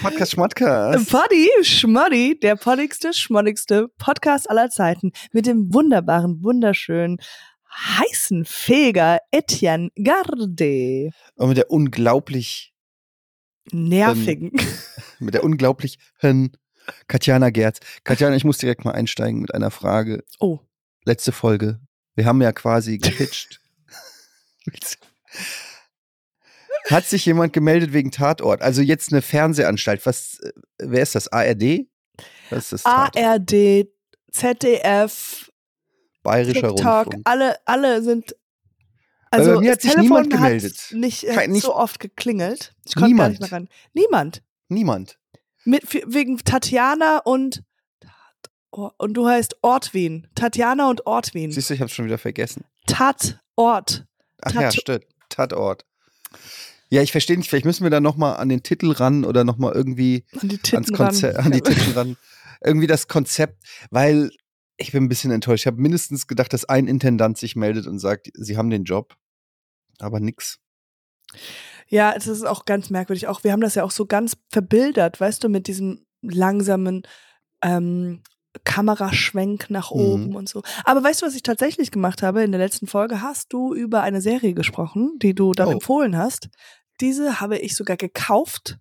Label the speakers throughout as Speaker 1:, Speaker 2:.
Speaker 1: Podcast Schmodcast.
Speaker 2: Poddy, Schmoddy, der poddigste, schmoddigste Podcast aller Zeiten mit dem wunderbaren, wunderschönen, heißen Feger Etienne Garde.
Speaker 1: Und mit der unglaublich,
Speaker 2: Nervigen.
Speaker 1: mit der unglaublichen Katjana Gerz. Katjana, ich muss direkt mal einsteigen mit einer Frage.
Speaker 2: Oh.
Speaker 1: Letzte Folge. Wir haben ja quasi gepitcht. Hat sich jemand gemeldet wegen Tatort? Also jetzt eine Fernsehanstalt. Was, äh, wer ist das? ARD? Was ist das? Tatort?
Speaker 2: ARD, ZDF,
Speaker 1: Bayerischer
Speaker 2: TikTok,
Speaker 1: Rundfunk.
Speaker 2: alle, alle sind.
Speaker 1: Weil
Speaker 2: Also
Speaker 1: bei mir hat
Speaker 2: das
Speaker 1: sich
Speaker 2: Telefon
Speaker 1: niemand
Speaker 2: hat
Speaker 1: gemeldet.
Speaker 2: Nicht,
Speaker 1: Kein-
Speaker 2: hat
Speaker 1: nicht-
Speaker 2: so oft geklingelt. Ich konnte gar nicht
Speaker 1: Niemand.
Speaker 2: mehr ran. Niemand.
Speaker 1: Niemand.
Speaker 2: Mit, für- wegen Tatjana und und du heißt Ortwin. Tatjana und Ortwin.
Speaker 1: Siehst du, ich habe schon wieder vergessen.
Speaker 2: Tatort.
Speaker 1: Ach ja,
Speaker 2: Tat-
Speaker 1: stimmt. Tatort. Ja, ich verstehe nicht. Vielleicht müssen wir da nochmal an den Titel ran oder nochmal irgendwie
Speaker 2: An die
Speaker 1: ans
Speaker 2: Titten ran.
Speaker 1: Konzept, an die Titel ran. Irgendwie das Konzept, weil ich bin ein bisschen enttäuscht. Ich habe mindestens gedacht, dass ein Intendant sich meldet und sagt, sie haben den Job. Aber nix.
Speaker 2: Ja, es ist auch ganz merkwürdig. Auch wir haben das ja auch so ganz verbildert, weißt du, mit diesem langsamen ähm, Kameraschwenk nach
Speaker 1: Mhm.
Speaker 2: oben und so. Aber weißt du, was ich tatsächlich gemacht habe? In der letzten Folge hast du über eine Serie gesprochen, die du dann
Speaker 1: Oh.
Speaker 2: empfohlen hast. Diese habe ich sogar gekauft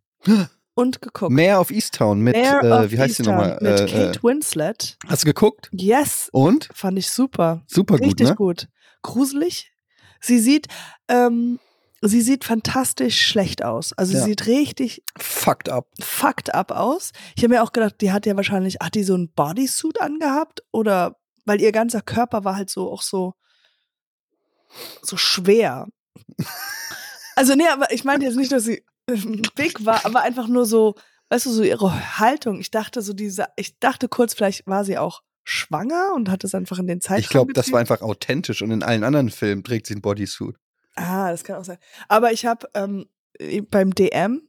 Speaker 2: und geguckt.
Speaker 1: Mare of Easttown mit,
Speaker 2: Mare
Speaker 1: äh,
Speaker 2: of
Speaker 1: wie heißt die
Speaker 2: Easttown
Speaker 1: nochmal?
Speaker 2: Mit
Speaker 1: Äh,
Speaker 2: Kate
Speaker 1: äh,
Speaker 2: Winslet.
Speaker 1: hast du geguckt?
Speaker 2: Yes,
Speaker 1: Und?
Speaker 2: fand ich super.
Speaker 1: Super gut,
Speaker 2: Richtig
Speaker 1: ne?
Speaker 2: gut. Gruselig. Sie sieht, ähm, sie sieht fantastisch schlecht aus. Also
Speaker 1: Ja.
Speaker 2: sie sieht richtig
Speaker 1: Fucked up.
Speaker 2: fucked up aus. Ich habe mir auch gedacht, die hat ja wahrscheinlich, hat die so ein Bodysuit angehabt oder weil ihr ganzer Körper war halt so auch so so schwer. also nee, aber ich meinte jetzt nicht, dass sie ähm, dick war, aber einfach nur so, weißt du, so ihre Haltung. Ich dachte so diese, ich dachte kurz, vielleicht war sie auch schwanger und hat es einfach in den Zeitraum
Speaker 1: Ich glaube, das
Speaker 2: getrieben.
Speaker 1: war einfach authentisch und in allen anderen Filmen trägt sie ein Bodysuit.
Speaker 2: Ah, das kann auch sein. Aber ich habe ähm, beim DM,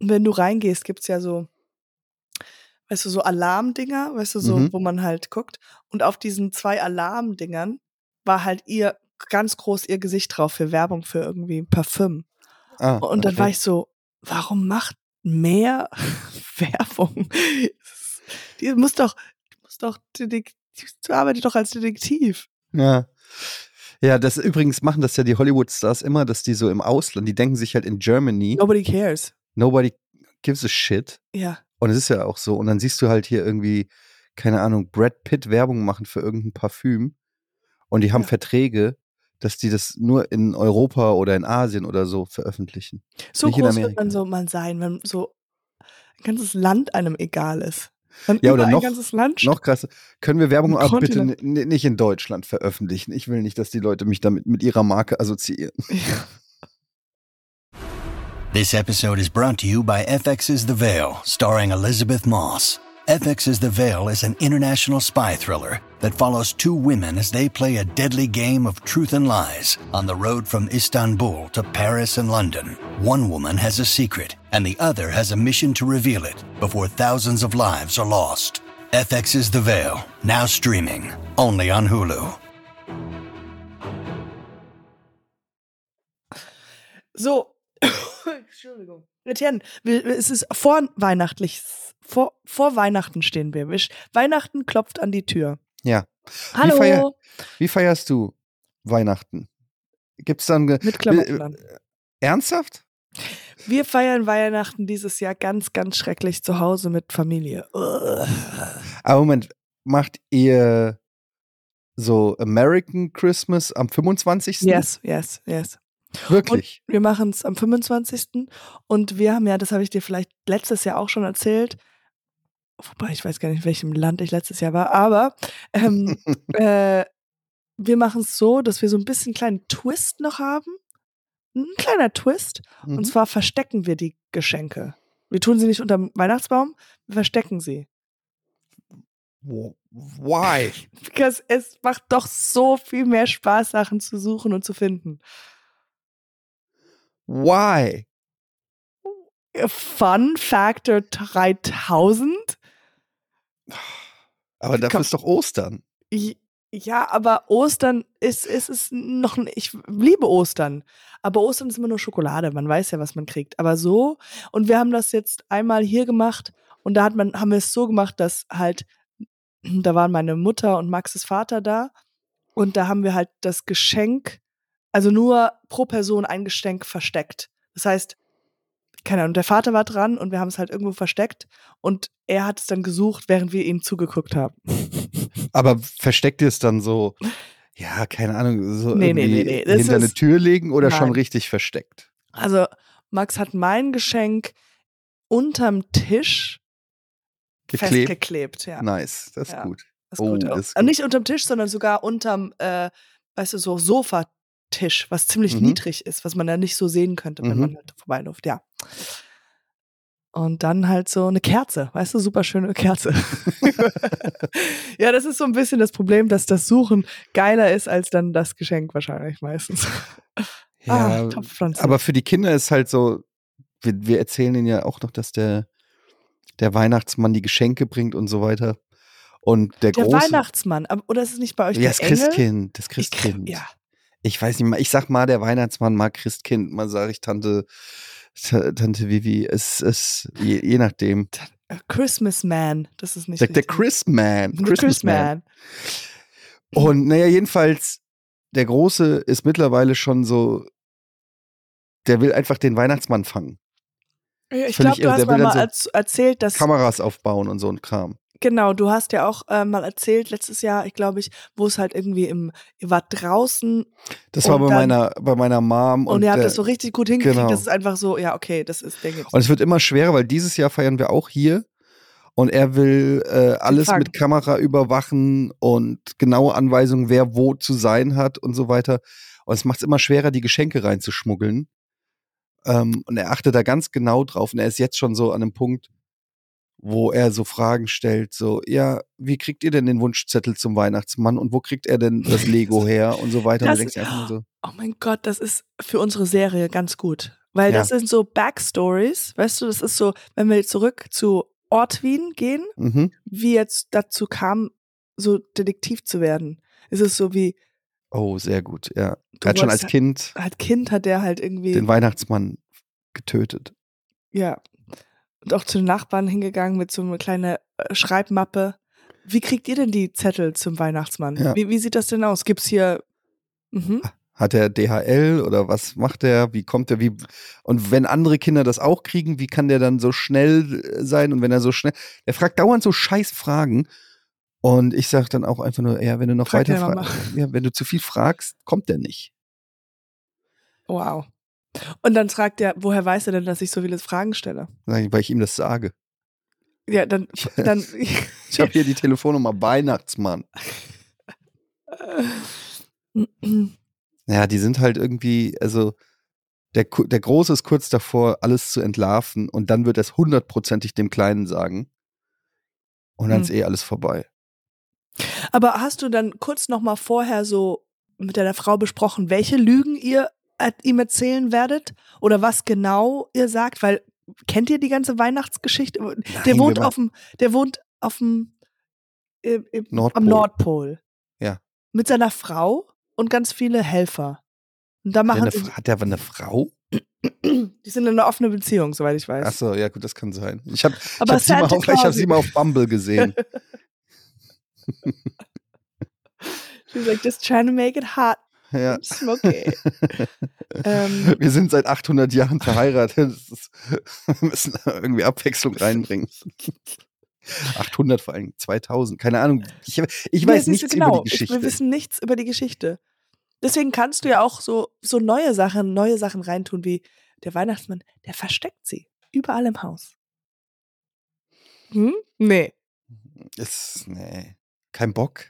Speaker 2: wenn du reingehst, gibt's ja so, weißt du, so Alarmdinger, weißt du, so,
Speaker 1: Mhm.
Speaker 2: wo man halt guckt. Und auf diesen zwei Alarmdingern war halt ihr ganz groß ihr Gesicht drauf für Werbung für irgendwie ein Parfüm.
Speaker 1: Ah,
Speaker 2: Oh, Und dann
Speaker 1: okay.
Speaker 2: war ich so, warum macht mehr Werbung? Die muss doch, die muss doch, Detek- die arbeitet doch als Detektiv.
Speaker 1: Ja. Ja, das übrigens machen das ja die Hollywood-Stars immer, dass die so im Ausland, die denken sich halt in Germany,
Speaker 2: Nobody cares.
Speaker 1: nobody gives a shit.
Speaker 2: Ja.
Speaker 1: Und es ist ja auch so. Und dann siehst du halt hier irgendwie, keine Ahnung, Brad Pitt Werbung machen für irgendein Parfüm. Und die haben
Speaker 2: Ja.
Speaker 1: Verträge, dass die das nur in Europa oder in Asien oder so veröffentlichen.
Speaker 2: So
Speaker 1: Nicht in
Speaker 2: groß wird
Speaker 1: Amerika.
Speaker 2: man so mal sein, wenn so ein ganzes Land einem egal ist. Wenn
Speaker 1: Ja,
Speaker 2: über
Speaker 1: oder
Speaker 2: ein
Speaker 1: noch-
Speaker 2: ganzes Land
Speaker 1: Noch krasser. Können wir Werbung
Speaker 2: Ein
Speaker 1: ab bitte
Speaker 2: Kontinent.
Speaker 1: n- n- nicht in Deutschland veröffentlichen? Ich will nicht, dass die Leute mich damit mit ihrer Marke assoziieren.
Speaker 3: This episode is brought to you by FX's The Veil, starring Elizabeth Moss. FX's The Veil is an international spy thriller that follows two women as they play a deadly game of truth and lies on the road from Istanbul to Paris and London. One woman has a secret, and the other has a mission to reveal it before thousands of lives are lost. FX's The Veil, now streaming, only on Hulu.
Speaker 2: So. Entschuldigung. Etienne, wir- wir- es ist vorweihnachtlich. Vor, vor Weihnachten stehen wir. Wir- Weihnachten klopft an die Tür.
Speaker 1: Ja.
Speaker 2: Hallo.
Speaker 1: feier- Wie feierst du Weihnachten? Gibt's dann ge-
Speaker 2: mit Klamotten an.
Speaker 1: ernsthaft?
Speaker 2: Wir feiern Weihnachten dieses Jahr ganz, ganz schrecklich zu Hause mit Familie. Ugh.
Speaker 1: Aber Moment, macht ihr so American Christmas am 25.?
Speaker 2: Yes, yes, yes.
Speaker 1: Wirklich?
Speaker 2: Wir machen es am 25. Und wir haben ja, das habe ich dir vielleicht letztes Jahr auch schon erzählt, wobei ich weiß gar nicht, in welchem Land ich letztes Jahr war, aber ähm, äh, wir machen es so, dass wir so ein bisschen einen kleinen Twist noch haben. Ein kleiner Twist.
Speaker 1: Mhm.
Speaker 2: Und zwar verstecken wir die Geschenke. Wir tun sie nicht unterm Weihnachtsbaum, wir verstecken sie.
Speaker 1: Wo- Why?
Speaker 2: Because es macht doch so viel mehr Spaß, Sachen zu suchen und zu finden.
Speaker 1: Why?
Speaker 2: Äh, Fun Factor 3000.
Speaker 1: Aber dafür
Speaker 2: Komm.
Speaker 1: ist doch Ostern.
Speaker 2: I- Ja, aber Ostern ist, ist, ist noch. ein- Ich liebe Ostern. Aber Ostern ist immer nur Schokolade. Man weiß ja, was man kriegt. Aber so. Und wir haben das jetzt einmal hier gemacht. Und da hat man, haben wir es so gemacht, dass halt. Da waren meine Mutter und Maxes Vater da. Und da haben wir halt das Geschenk. Also nur pro Person ein Geschenk versteckt. Das heißt. Keine Ahnung, der Vater war dran und wir haben es halt irgendwo versteckt und er hat es dann gesucht, während wir ihm zugeguckt haben.
Speaker 1: Aber versteckt ihr es dann so, ja, keine Ahnung, so
Speaker 2: Nee, nee,
Speaker 1: irgendwie
Speaker 2: nee, nee, ne, das
Speaker 1: hinter eine
Speaker 2: ist-
Speaker 1: Tür legen oder schon
Speaker 2: Nein.
Speaker 1: richtig versteckt?
Speaker 2: Also, Max hat mein Geschenk unterm Tisch
Speaker 1: Geklebt?
Speaker 2: festgeklebt. Ja,
Speaker 1: Nice, das ist
Speaker 2: Ja.
Speaker 1: gut.
Speaker 2: das
Speaker 1: oh,
Speaker 2: gut auch.
Speaker 1: das ist
Speaker 2: Aber Nicht unterm Tisch, sondern sogar unterm, äh, weißt du, so Sofatisch, was ziemlich
Speaker 1: Mhm.
Speaker 2: niedrig ist, was man da nicht so sehen könnte, wenn
Speaker 1: Mhm.
Speaker 2: man halt vorbeiläuft, ja. Und dann halt so eine Kerze, weißt du, super schöne Kerze. ja, das ist so ein bisschen das Problem, dass das Suchen geiler ist als dann das Geschenk wahrscheinlich meistens.
Speaker 1: Ja,
Speaker 2: ah, Topfpflanze.
Speaker 1: aber für die Kinder ist halt so, wir, wir erzählen ihnen ja auch noch, dass der, der Weihnachtsmann die Geschenke bringt und so weiter. Und der,
Speaker 2: der
Speaker 1: große.
Speaker 2: Weihnachtsmann, aber- oder ist es nicht bei euch
Speaker 1: ja,
Speaker 2: der
Speaker 1: das
Speaker 2: Engel?
Speaker 1: Christkind, das
Speaker 2: Ich krieg-
Speaker 1: Christkind.
Speaker 2: Ja,
Speaker 1: Ich weiß nicht mal, ich sag mal der Weihnachtsmann, mal Christkind, mal sage ich Tante, Ta- Tante Vivi, es ist, je, je nachdem.
Speaker 2: Christmas Man, das ist nicht
Speaker 1: Sagt der
Speaker 2: richtig.
Speaker 1: Christman.
Speaker 2: The
Speaker 1: Christman. Und naja, jedenfalls, der Große ist mittlerweile schon so, der will einfach den Weihnachtsmann fangen.
Speaker 2: Ja, Ich
Speaker 1: Völlig
Speaker 2: glaube,
Speaker 1: irre,
Speaker 2: du hast
Speaker 1: der
Speaker 2: mir
Speaker 1: will
Speaker 2: mal
Speaker 1: dann
Speaker 2: erz- erzählt, dass
Speaker 1: Kameras aufbauen und so ein Kram.
Speaker 2: genau, du hast ja auch äh, mal erzählt letztes Jahr, ich glaube ich, wo es halt irgendwie im ihr wart draußen
Speaker 1: Das
Speaker 2: Und
Speaker 1: war bei
Speaker 2: dann-
Speaker 1: meiner, bei meiner Mom
Speaker 2: und,
Speaker 1: und,
Speaker 2: ihr habt
Speaker 1: der-
Speaker 2: das so richtig gut hingekriegt.
Speaker 1: genau.
Speaker 2: Das ist einfach so, ja okay, das ist der gibt's.
Speaker 1: und es wird immer schwerer, weil dieses Jahr feiern wir auch hier und er will äh, alles
Speaker 2: Empfang.
Speaker 1: mit Kamera überwachen und genaue Anweisungen, wer wo zu sein hat und so weiter. Und es macht es immer schwerer, die Geschenke reinzuschmuggeln. Ähm, und er achtet da ganz genau drauf und er ist jetzt schon so an einem Punkt, wo er so Fragen stellt, so, ja, wie kriegt ihr denn den Wunschzettel zum Weihnachtsmann und wo kriegt er denn das Lego her und so weiter.
Speaker 2: Das
Speaker 1: und du denkst dir einfach nur so,
Speaker 2: Oh mein Gott, das ist für unsere Serie ganz gut. Weil das sind so Backstories, weißt du, das ist so, wenn wir jetzt zurück zu Ortwin gehen,
Speaker 1: mhm.
Speaker 2: wie jetzt dazu kam, so Detektiv zu werden. Es ist so wie,
Speaker 1: oh, sehr gut, ja.
Speaker 2: Du
Speaker 1: Er hat schon
Speaker 2: wolltest
Speaker 1: als Kind
Speaker 2: als Kind hat der halt irgendwie,
Speaker 1: den Weihnachtsmann getötet.
Speaker 2: ja, und auch zu den Nachbarn hingegangen mit so einer kleinen äh, Schreibmappe. Wie kriegt ihr denn die Zettel zum Weihnachtsmann?
Speaker 1: Ja.
Speaker 2: Wie, wie sieht das denn aus? Gibt's hier, mhm.
Speaker 1: Hat er DHL oder was macht er? Wie kommt er? Wie und wenn andere Kinder das auch kriegen, wie kann der dann so schnell äh, sein? Und wenn er so schnell, er fragt dauernd so scheiß Fragen und ich sage dann auch einfach nur, ja, wenn du noch
Speaker 2: Frag
Speaker 1: weiter
Speaker 2: deine Mama.
Speaker 1: fragst, ja, wenn du zu viel fragst, kommt der nicht.
Speaker 2: wow. Und dann fragt er, woher weiß er denn, dass ich so viele Fragen stelle?
Speaker 1: Sag ich, Weil ich ihm das sage.
Speaker 2: Ja, dann, dann,
Speaker 1: Ich habe hier die Telefonnummer Weihnachtsmann.
Speaker 2: äh,
Speaker 1: Ja, die sind halt irgendwie, also der, Ku- der Große ist kurz davor, alles zu entlarven und dann wird er es hundertprozentig dem Kleinen sagen. Und
Speaker 2: Hm.
Speaker 1: dann ist eh alles vorbei.
Speaker 2: Aber hast du dann kurz nochmal vorher so mit deiner Frau besprochen, welche Lügen ihr äh, ihm erzählen werdet oder was genau ihr sagt? Weil kennt ihr die ganze Weihnachtsgeschichte? der
Speaker 1: wir
Speaker 2: wohnt
Speaker 1: machen-
Speaker 2: auf dem, der wohnt auf dem äh, äh,
Speaker 1: Nordpol.
Speaker 2: am Nordpol.
Speaker 1: Ja.
Speaker 2: Mit seiner Frau und ganz viele Helfer. Und da
Speaker 1: Hat der
Speaker 2: machen
Speaker 1: eine,
Speaker 2: sie,
Speaker 1: Fra- hat der aber eine Frau?
Speaker 2: die sind in einer offenen Beziehung, soweit ich weiß.
Speaker 1: Achso, ja gut, das kann sein. Ich habe ich
Speaker 2: Aber
Speaker 1: hab sie, mal
Speaker 2: Santa
Speaker 1: auf- ich hab
Speaker 2: Claus-
Speaker 1: sie mal auf Bumble gesehen.
Speaker 2: She's like, just trying to make it hot
Speaker 1: Ja.
Speaker 2: and smoky. ähm,
Speaker 1: Wir sind seit 800 Jahren verheiratet. Das ist, wir müssen da irgendwie Abwechslung reinbringen. 800 vor allem, 2000, keine Ahnung. Ich, ich
Speaker 2: Wir
Speaker 1: weiß
Speaker 2: wissen
Speaker 1: nichts
Speaker 2: so
Speaker 1: über die
Speaker 2: genau. Ich-
Speaker 1: Geschichte.
Speaker 2: Wir wissen nichts über die Geschichte. Deswegen kannst du ja auch so, so neue Sachen, neue Sachen reintun, wie der Weihnachtsmann, der versteckt sie überall im Haus. Hm? Nee.
Speaker 1: Ist, nee, kein Bock.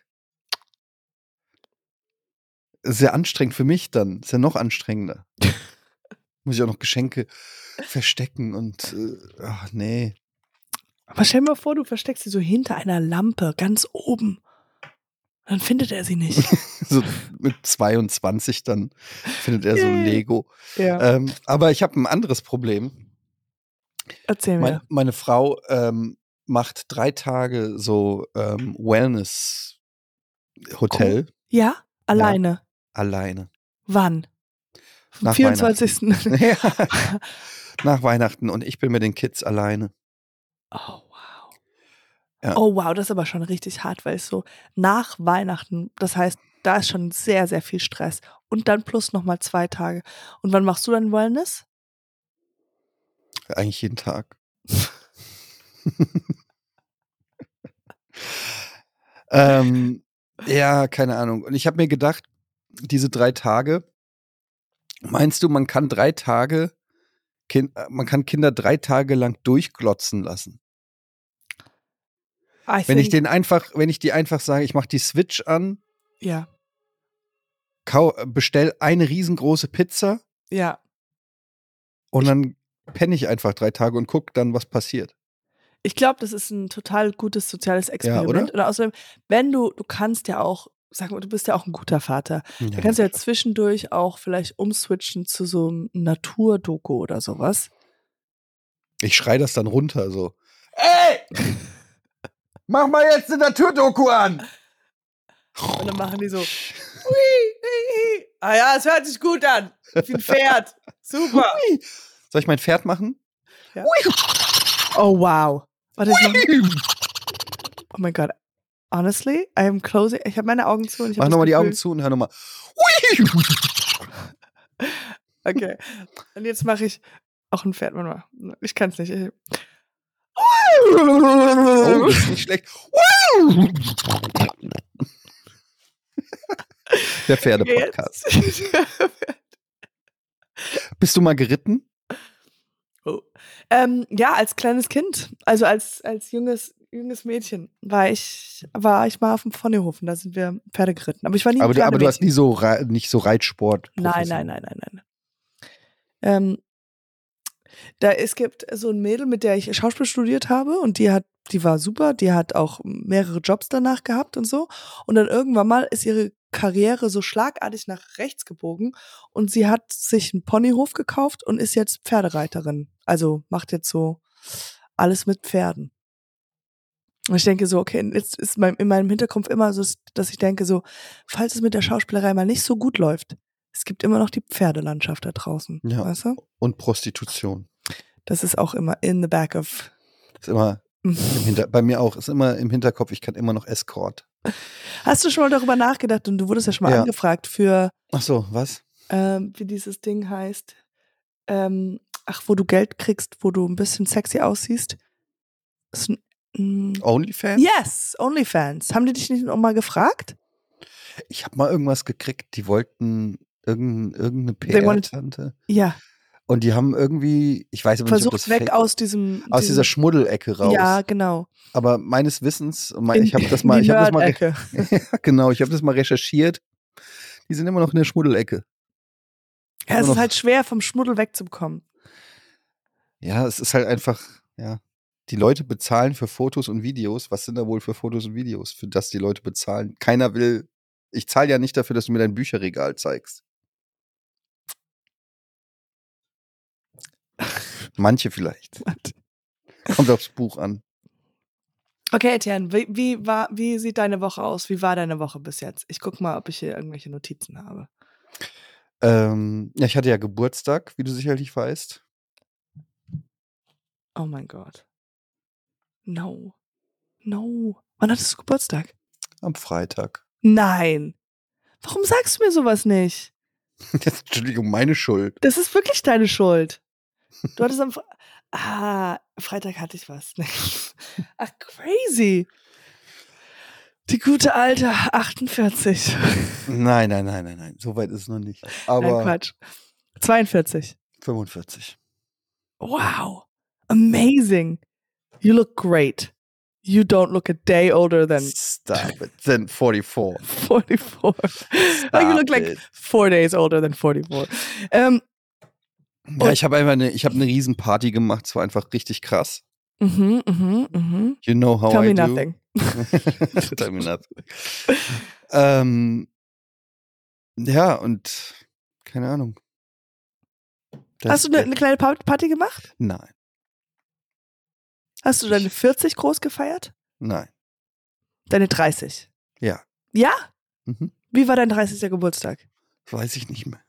Speaker 1: Ist Sehr anstrengend für mich dann. Ist ja noch anstrengender. Muss ich auch noch Geschenke verstecken und äh, ach nee.
Speaker 2: Aber stell mir vor, du versteckst sie so hinter einer Lampe, ganz oben. Dann findet er sie nicht.
Speaker 1: So mit 22 dann findet er so ein
Speaker 2: Yay.
Speaker 1: Lego.
Speaker 2: ja.
Speaker 1: Ähm, aber ich habe ein anderes Problem.
Speaker 2: Erzähl
Speaker 1: Meine,
Speaker 2: mir.
Speaker 1: meine Frau ähm, macht drei Tage so ähm, Wellness Hotel
Speaker 2: Oh. Ja? Alleine.
Speaker 1: alleine.
Speaker 2: Wann? Am
Speaker 1: Nach
Speaker 2: 24.
Speaker 1: Ja.
Speaker 2: Ah.
Speaker 1: Nach Weihnachten und ich bin mit den Kids alleine.
Speaker 2: Oh, wow.
Speaker 1: Ja.
Speaker 2: Oh, wow, das ist aber schon richtig hart, weil es so nach Weihnachten, das heißt, da ist schon sehr, sehr viel Stress. Und dann plus nochmal zwei Tage. Und wann machst du dann Wellness?
Speaker 1: Eigentlich jeden Tag. ähm, ja, keine Ahnung. Und ich habe mir gedacht, diese drei Tage, meinst du, man kann drei Tage, kind, äh, man kann Kinder drei Tage lang durchglotzen lassen?
Speaker 2: I
Speaker 1: Wenn ich
Speaker 2: think-
Speaker 1: den einfach, wenn ich die einfach sage, ich mache die Switch an,
Speaker 2: Ja,
Speaker 1: kau, äh, bestell eine riesengroße Pizza
Speaker 2: ja.
Speaker 1: und dann penne ich einfach drei Tage und guck dann, was passiert.
Speaker 2: Ich glaube, das ist ein total gutes soziales Experiment.
Speaker 1: oder?
Speaker 2: oder? außerdem, wenn du, du kannst ja auch, sag mal, du bist ja auch ein guter Vater. Da kannst du ja zwischendurch auch vielleicht umswitchen zu so einem Naturdoku oder sowas.
Speaker 1: Ich schrei das dann runter so. Ey! Mach mal jetzt eine Naturdoku an!
Speaker 2: Und dann machen die so, Ui, ui, ui. Ah ja, es hört sich gut an. Wie ein Pferd. Super.
Speaker 1: Soll ich mein Pferd machen?
Speaker 2: Oh wow. Warte, ich mach, oh mein Gott. Honestly, I am closing. Ich habe meine Augen zu und ich
Speaker 1: Mach
Speaker 2: habe
Speaker 1: nochmal die Augen zu und hör nochmal.
Speaker 2: Okay. Und jetzt mache ich auch ein Pferd. Warte mal. Ich kann es nicht. Ich,
Speaker 1: Oh, das ist nicht schlecht. Der Pferde-Podcast. Bist du mal geritten?
Speaker 2: ähm, ja, als kleines Kind, also als, als junges, junges Mädchen, war ich, war ich mal auf dem Ponyhofen. Da sind wir Pferde geritten. Aber ich war nie ein
Speaker 1: Aber du, aber du hast
Speaker 2: Pferdemädchen.
Speaker 1: nie so, Rei- nicht so Reitsport.
Speaker 2: Nein, nein, nein, nein, nein. Ähm, da es gibt so ein Mädel, mit der ich Schauspiel studiert habe und die hat, die war super, die hat auch mehrere Jobs danach gehabt und so. Und dann irgendwann mal ist ihre Karriere so schlagartig nach rechts gebogen und sie hat sich einen Ponyhof gekauft und ist jetzt Pferdereiterin. Also macht jetzt so alles mit Pferden. Und ich denke so, okay, jetzt ist mein, in meinem Hinterkopf immer so, dass ich denke so, falls es mit der Schauspielerei mal nicht so gut läuft, es gibt immer noch die Pferdelandschaft da draußen.
Speaker 1: Ja.
Speaker 2: Weißt du?
Speaker 1: Und Prostitution.
Speaker 2: Das ist auch immer in the back of.
Speaker 1: Ist immer im Hinter bei mir auch. Ist immer im Hinterkopf. Ich kann immer noch Escort.
Speaker 2: Hast du schon mal darüber nachgedacht und du wurdest ja schon mal
Speaker 1: Ja.
Speaker 2: angefragt für,
Speaker 1: Ach so, was?
Speaker 2: ähm, wie dieses Ding heißt, ähm, ach, wo du Geld kriegst, wo du ein bisschen sexy aussiehst. Ist ein, mm,
Speaker 1: Onlyfans?
Speaker 2: yes, OnlyFans. Haben die dich nicht noch mal gefragt?
Speaker 1: Ich habe mal irgendwas gekriegt, die wollten irgendein, irgendeine
Speaker 2: They wanted-
Speaker 1: PR-Tante.
Speaker 2: Ja,
Speaker 1: Und die haben irgendwie, ich weiß aber nicht, ob das
Speaker 2: versucht weg
Speaker 1: fake-
Speaker 2: aus diesem.
Speaker 1: aus dieser Schmuddelecke raus.
Speaker 2: Ja, genau.
Speaker 1: Aber meines Wissens, mein,
Speaker 2: In-
Speaker 1: ich habe das
Speaker 2: in
Speaker 1: mal,
Speaker 2: die
Speaker 1: ich habe das mal,
Speaker 2: Nerd-Ecke.
Speaker 1: ja, genau, ich habe das mal recherchiert. Die sind immer noch in der Schmuddelecke.
Speaker 2: Ja, es
Speaker 1: Immer
Speaker 2: ist
Speaker 1: noch-
Speaker 2: halt schwer, vom Schmuddel wegzukommen.
Speaker 1: Ja, es ist halt einfach, ja. Die Leute bezahlen für Fotos und Videos. Was sind da wohl für Fotos und Videos, für das die Leute bezahlen? Keiner will, ich zahle ja nicht dafür, dass du mir dein Bücherregal zeigst. Manche vielleicht. Kommt aufs Buch an.
Speaker 2: Okay, Etienne, wie, wie, war, wie sieht deine Woche aus? Wie war deine Woche bis jetzt? Ich guck mal, ob ich hier irgendwelche Notizen habe.
Speaker 1: Ähm, ja, ich hatte ja Geburtstag, wie du sicherlich weißt.
Speaker 2: Oh mein Gott. No. No. Wann hattest du Geburtstag?
Speaker 1: Am Freitag.
Speaker 2: Nein. Warum sagst du mir sowas nicht?
Speaker 1: Das ist Entschuldigung, meine Schuld.
Speaker 2: Das ist wirklich deine Schuld. Du hattest am Fre Ah, Freitag hatte ich was. Ach, crazy. Die gute alte 48.
Speaker 1: Nein, nein, nein, nein, nein. So weit ist es noch nicht.
Speaker 2: Nein,
Speaker 1: Aber
Speaker 2: Quatsch. 42.
Speaker 1: 45.
Speaker 2: Wow. Amazing. You look great. You don't look a day older than
Speaker 1: Stop it. Then 44.
Speaker 2: 44. Oh, you look
Speaker 1: Stop
Speaker 2: like
Speaker 1: it.
Speaker 2: four days older than 44. Ähm,
Speaker 1: Ja, ich habe einfach eine, ich habe eine Riesenparty gemacht. Es war einfach richtig krass.
Speaker 2: mhm, mhm, mhm.
Speaker 1: You know how
Speaker 2: Tell
Speaker 1: I
Speaker 2: me
Speaker 1: do.
Speaker 2: nothing.
Speaker 1: Tell me nothing. ähm, ja, und keine Ahnung. Das-
Speaker 2: Hast du ne, eine, eine kleine Pa- Party gemacht?
Speaker 1: Nein,
Speaker 2: Hast du deine 40 groß gefeiert?
Speaker 1: nein.
Speaker 2: Deine 30?
Speaker 1: Ja.
Speaker 2: Ja?
Speaker 1: Mhm.
Speaker 2: Wie war dein 30. Geburtstag?
Speaker 1: Weiß ich nicht mehr.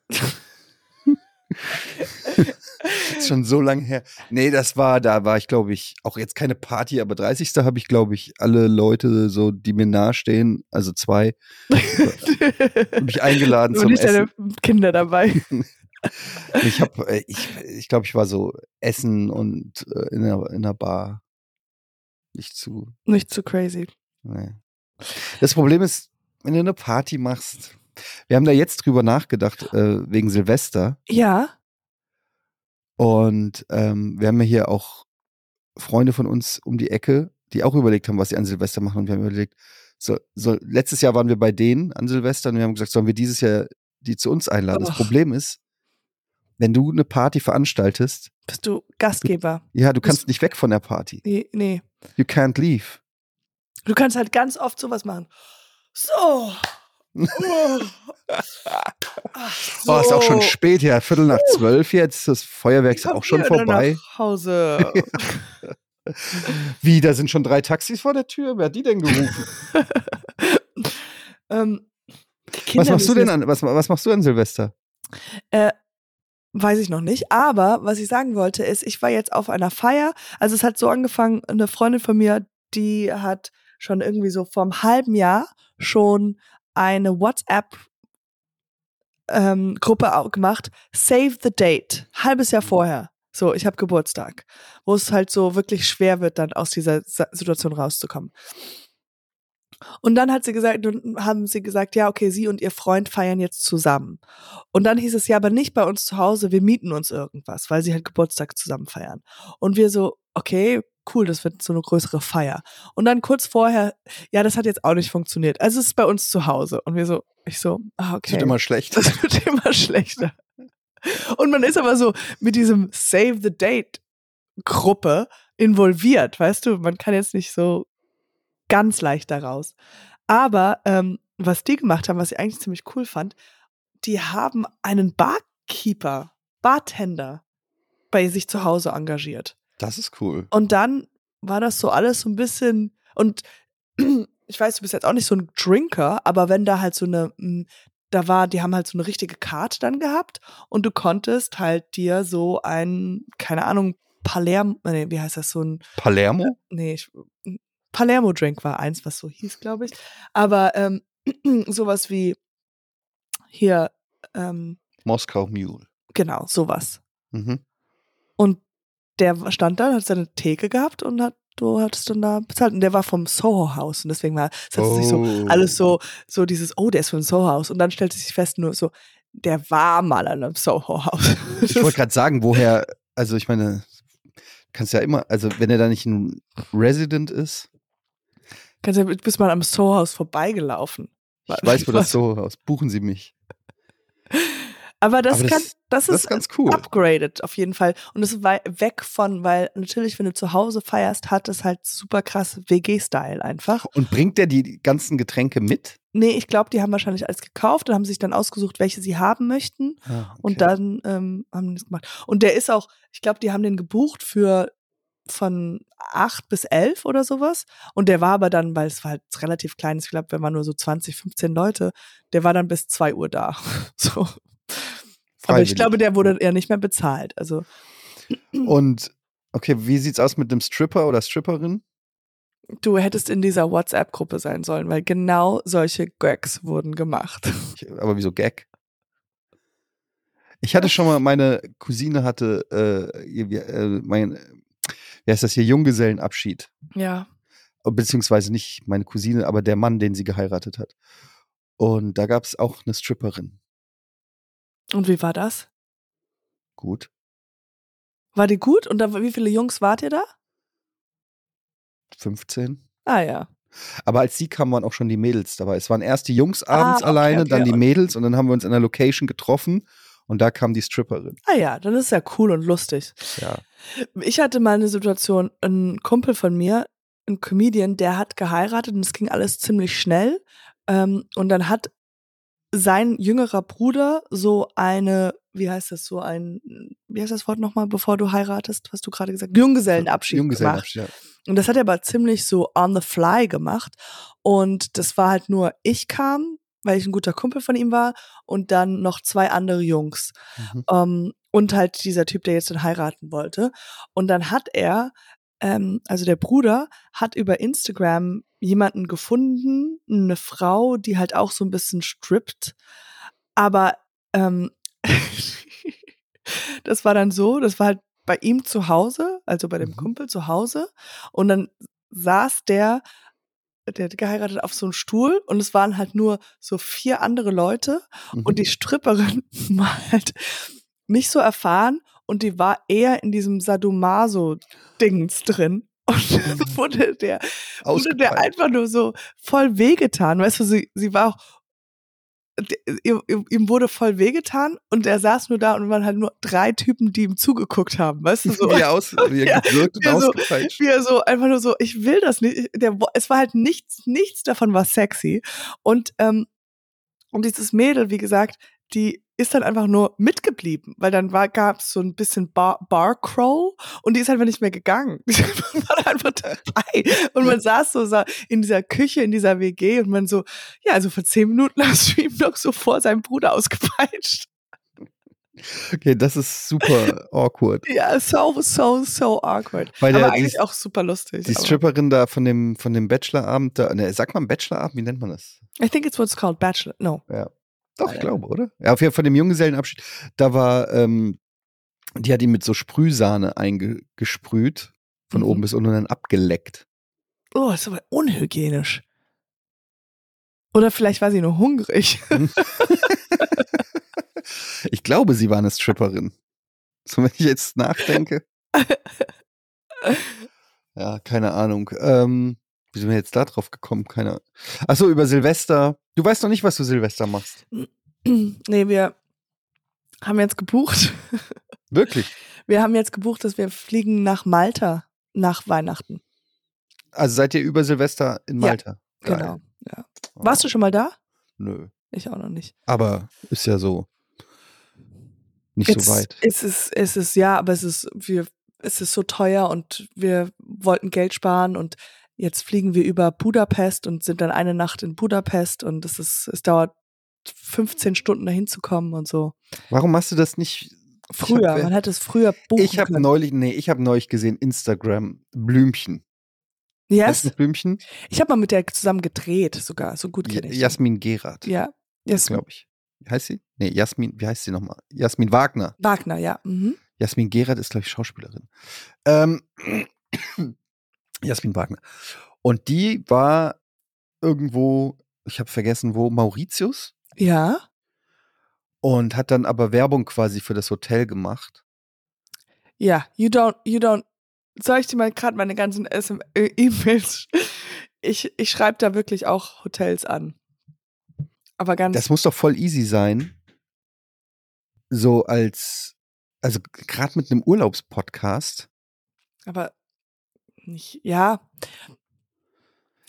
Speaker 1: ist schon so lange her. Nee, das war, da war ich, glaube ich, auch jetzt keine Party, aber 30. habe ich, glaube ich, alle Leute, so, die mir nahestehen, also zwei, habe ich eingeladen
Speaker 2: Nur
Speaker 1: zum
Speaker 2: nicht
Speaker 1: Essen.
Speaker 2: deine Kinder dabei.
Speaker 1: Ich habe, ich, ich glaube, ich war so Essen und äh, in, einer, in einer Bar. Nicht zu.
Speaker 2: Nicht zu crazy.
Speaker 1: Nee. Das Problem ist, wenn du eine Party machst. Wir haben da jetzt drüber nachgedacht, äh, wegen Silvester.
Speaker 2: Ja.
Speaker 1: Und ähm, wir haben ja hier auch Freunde von uns um die Ecke, die auch überlegt haben, was sie an Silvester machen. Und wir haben überlegt, so, so, letztes Jahr waren wir bei denen an Silvester und wir haben gesagt, sollen wir dieses Jahr die zu uns einladen? Das
Speaker 2: Och.
Speaker 1: Problem ist, wenn du eine Party veranstaltest,
Speaker 2: Bist du Gastgeber?
Speaker 1: ja, du
Speaker 2: Das-
Speaker 1: kannst nicht weg von der Party.
Speaker 2: Nee, nee.
Speaker 1: You can't leave.
Speaker 2: Du kannst halt ganz oft sowas machen. So. Oh,
Speaker 1: Oh, ist auch schon spät, ja. Viertel nach
Speaker 2: Oh.
Speaker 1: zwölf jetzt. Das Feuerwerk ist auch schon vorbei.
Speaker 2: Nach Hause.
Speaker 1: Wie, da sind schon drei Taxis vor der Tür? Wer hat die denn gerufen?
Speaker 2: ähm, die Kinder
Speaker 1: was machst du
Speaker 2: müssen
Speaker 1: denn an, was, was machst du an Silvester?
Speaker 2: Weiß ich noch nicht. Aber was ich sagen wollte, ist, ich war jetzt auf einer Feier. Also es hat so angefangen, eine Freundin von mir, die hat schon irgendwie so vor einem halben Jahr schon eine WhatsApp-Gruppe ähm, gemacht. Save the date. Halbes Jahr vorher. So, ich habe Geburtstag. Wo es halt so wirklich schwer wird, dann aus dieser Sa- Situation rauszukommen. Und dann hat sie gesagt, dann haben sie gesagt, ja, okay, sie und ihr Freund feiern jetzt zusammen. Und dann hieß es ja, aber nicht bei uns zu Hause, wir mieten uns irgendwas, weil sie halt Geburtstag zusammen feiern. Und wir so, okay, cool, das wird so eine größere Feier. Und dann kurz vorher, ja, das hat jetzt auch nicht funktioniert. Also es ist bei uns zu Hause. Und wir so, ich so, ah, okay.
Speaker 1: Das wird immer schlecht.
Speaker 2: Das wird immer schlechter. Und man ist aber so mit diesem Save the Date Gruppe involviert, weißt du? Man kann jetzt nicht so ganz leicht daraus. Aber ähm, was die gemacht haben, was ich eigentlich ziemlich cool fand, die haben einen Barkeeper, Bartender bei sich zu Hause engagiert.
Speaker 1: Das ist cool.
Speaker 2: Und dann war das so alles so ein bisschen und ich weiß, du bist jetzt auch nicht so ein Drinker, aber wenn da halt so eine m, da war, die haben halt so eine richtige Karte dann gehabt und du konntest halt dir so ein keine Ahnung Palermo, nee, wie heißt das so ein
Speaker 1: Palermo?
Speaker 2: nee, ich, Palermo Drink war eins, was so hieß, glaube ich, aber ähm, sowas wie hier ähm,
Speaker 1: Moskau Mule.
Speaker 2: genau, sowas.
Speaker 1: Mhm.
Speaker 2: Und der stand da, hat seine Theke gehabt und hat, du hattest dann da bezahlt. Und der war vom Soho House und deswegen war, es hat sich so
Speaker 1: Oh.
Speaker 2: alles so, so dieses, oh, der ist vom Soho House. Und dann stellte sich fest, nur so, der war mal an einem Soho House.
Speaker 1: Ich wollte gerade sagen, woher, also ich meine, kannst ja immer, also wenn er da nicht ein Resident ist,
Speaker 2: Kannst ja, du bist mal am Soho House vorbeigelaufen.
Speaker 1: ich weiß, wo das so aus. Buchen Sie mich.
Speaker 2: Aber das,
Speaker 1: Aber das-
Speaker 2: kann, das
Speaker 1: Das
Speaker 2: ist
Speaker 1: ist ganz cool.
Speaker 2: upgraded auf jeden Fall. Und es war weg von, weil natürlich, wenn du zu Hause feierst, hat es halt super krass WG-Style einfach.
Speaker 1: Und bringt der die ganzen Getränke mit?
Speaker 2: Nee, ich glaube, die haben wahrscheinlich alles gekauft und haben sich dann ausgesucht, welche sie haben möchten.
Speaker 1: Ah, okay.
Speaker 2: Und dann ähm, haben die das gemacht. Und der ist auch, ich glaube, die haben den gebucht für von acht bis elf oder sowas. Und der war aber dann, weil es war halt relativ klein, ich glaube, wir waren nur so 20, 15 Leute, der war dann bis zwei Uhr da. So. Aber ich
Speaker 1: Freiwillig.
Speaker 2: glaube, der wurde eher nicht mehr bezahlt. Also
Speaker 1: Und okay, wie sieht's aus mit einem Stripper oder Stripperin?
Speaker 2: du hättest in dieser WhatsApp-Gruppe sein sollen, weil genau solche Gags wurden gemacht.
Speaker 1: Ich, aber wieso Gag? Ich hatte schon mal, meine Cousine hatte, äh, ihr- wir- äh, mein, wie heißt das hier, Junggesellenabschied.
Speaker 2: Ja.
Speaker 1: Beziehungsweise nicht meine Cousine, aber der Mann, den sie geheiratet hat. Und da gab es auch eine Stripperin.
Speaker 2: Und wie war das?
Speaker 1: Gut.
Speaker 2: War die gut? Und da, wie viele Jungs wart ihr da?
Speaker 1: 15.
Speaker 2: Ah ja.
Speaker 1: Aber als sie kam, waren auch schon die Mädels dabei. Es waren erst die Jungs abends
Speaker 2: Ah, okay,
Speaker 1: alleine,
Speaker 2: okay.
Speaker 1: dann die Mädels und dann haben wir uns in der Location getroffen und da kam die Stripperin.
Speaker 2: Ah ja, dann ist ja cool und lustig.
Speaker 1: Ja.
Speaker 2: Ich hatte mal eine Situation, ein Kumpel von mir, ein Comedian, der hat geheiratet und es ging alles ziemlich schnell. Ähm, und dann hat sein jüngerer Bruder so eine, wie heißt das, so ein, wie heißt das Wort nochmal, bevor du heiratest, hast du gerade gesagt, Junggesellenabschied gemacht.
Speaker 1: Junggesellenabschied. Ja.
Speaker 2: Und das hat er aber ziemlich so on the fly gemacht. Und das war halt nur, ich kam, weil ich ein guter Kumpel von ihm war, und dann noch zwei andere Jungs.
Speaker 1: Mhm.
Speaker 2: Ähm, und halt dieser Typ, der jetzt dann heiraten wollte. Und dann hat er, ähm, also der Bruder, hat über Instagram jemanden gefunden, eine Frau, die halt auch so ein bisschen strippt. Aber ähm, das war dann so, das war halt bei ihm zu Hause, also bei dem
Speaker 1: Mhm.
Speaker 2: Kumpel zu Hause. Und dann saß der, der hat geheiratet, auf so einem Stuhl und es waren halt nur so vier andere Leute
Speaker 1: Mhm.
Speaker 2: und die Stripperin war halt nicht so erfahren und die war eher in diesem Sadomaso-Dings drin. Und dann wurde der, wurde der
Speaker 1: Ausgefallen.
Speaker 2: einfach nur so voll wehgetan. Weißt du, sie, sie war auch, ihm, ihm- ihm wurde voll wehgetan und er saß nur da und waren halt nur drei Typen, die ihm zugeguckt haben. Weißt du, so.
Speaker 1: wie er, aus, wie er
Speaker 2: Ja,
Speaker 1: gewirkt und
Speaker 2: wie er so-
Speaker 1: ausgefeitscht.
Speaker 2: Wie er so einfach nur so, ich will das nicht. Ich- Der, wo- es war halt nichts, nichts davon war sexy. Und, ähm, und dieses Mädel, wie gesagt, die ist dann einfach nur mitgeblieben, weil dann war, gab es so ein bisschen Bar, Barcrawl und die ist einfach nicht mehr gegangen. Die war einfach dabei. Und man saß so sa- in dieser Küche, in dieser WG und man so, ja, also vor zehn Minuten hast du ihm noch so vor seinem Bruder ausgepeitscht.
Speaker 1: Okay, das ist super awkward.
Speaker 2: Ja, so, so, so awkward.
Speaker 1: Weil
Speaker 2: aber
Speaker 1: der,
Speaker 2: eigentlich
Speaker 1: die,
Speaker 2: auch super lustig.
Speaker 1: die
Speaker 2: aber-
Speaker 1: Stripperin da von dem, von dem Bachelorabend, da, ne, sagt man Bachelorabend, wie nennt man das?
Speaker 2: I think it's what's called Bachelor. No. Äh.
Speaker 1: Doch, ich glaube, oder? Ja, auf jeden Fall von dem Junggesellenabschied, da war, ähm, die hat ihn mit so Sprühsahne eingesprüht, von
Speaker 2: Mhm.
Speaker 1: oben bis unten und dann abgeleckt.
Speaker 2: Oh, ist aber unhygienisch. Oder vielleicht war sie nur hungrig.
Speaker 1: Ich glaube, sie war eine Stripperin. So, wenn ich jetzt nachdenke. Ja, keine Ahnung. Ähm, wie sind wir jetzt da drauf gekommen? Keine Ahnung. Achso, über Silvester. Du weißt noch nicht, was du Silvester machst.
Speaker 2: nee, wir haben jetzt gebucht.
Speaker 1: Wirklich.
Speaker 2: Wir haben jetzt gebucht, dass wir fliegen nach Malta nach Weihnachten.
Speaker 1: Also seid ihr über Silvester in
Speaker 2: Ja,
Speaker 1: Malta? Geil. Ah,
Speaker 2: Genau. Warst du schon mal da?
Speaker 1: Nö.
Speaker 2: Ich auch noch nicht.
Speaker 1: Aber ist ja so. Nicht
Speaker 2: Jetzt
Speaker 1: so weit.
Speaker 2: Ist es, ist es, ja, aber es ist, wir, es ist so teuer und wir wollten Geld sparen und jetzt fliegen wir über Budapest und sind dann eine Nacht in Budapest und es ist, es dauert 15 Stunden dahin zu kommen und so.
Speaker 1: Warum hast du das nicht?
Speaker 2: Früher,
Speaker 1: hab-
Speaker 2: man hätte es früher buchen
Speaker 1: Ich habe
Speaker 2: können.
Speaker 1: neulich, nee, ich habe neulich gesehen, Instagram, Blümchen. also
Speaker 2: Yes?
Speaker 1: Blümchen?
Speaker 2: Ich habe mal mit der zusammen gedreht sogar, so gut
Speaker 1: Ja,
Speaker 2: kenne ich.
Speaker 1: Jasmin Gerard.
Speaker 2: die. Ja, Jasmin
Speaker 1: glaube ich. Heißt sie? Nee, Jasmin, wie heißt sie nochmal? Jasmin Wagner.
Speaker 2: Wagner, ja. Mhm.
Speaker 1: Jasmin Gerard ist, glaube ich, Schauspielerin. Ähm, Jasmin Wagner. Und die war irgendwo, ich habe vergessen, wo, Mauritius
Speaker 2: Ja,
Speaker 1: und hat dann aber Werbung quasi für das Hotel gemacht.
Speaker 2: ja, you don't, you don't, soll ich dir mal gerade meine ganzen SM äh, E-Mails, ich, ich schreibe da wirklich auch Hotels an. Aber ganz,
Speaker 1: Das muss doch voll easy sein. So als, also gerade mit einem Urlaubspodcast.
Speaker 2: aber nicht, ja,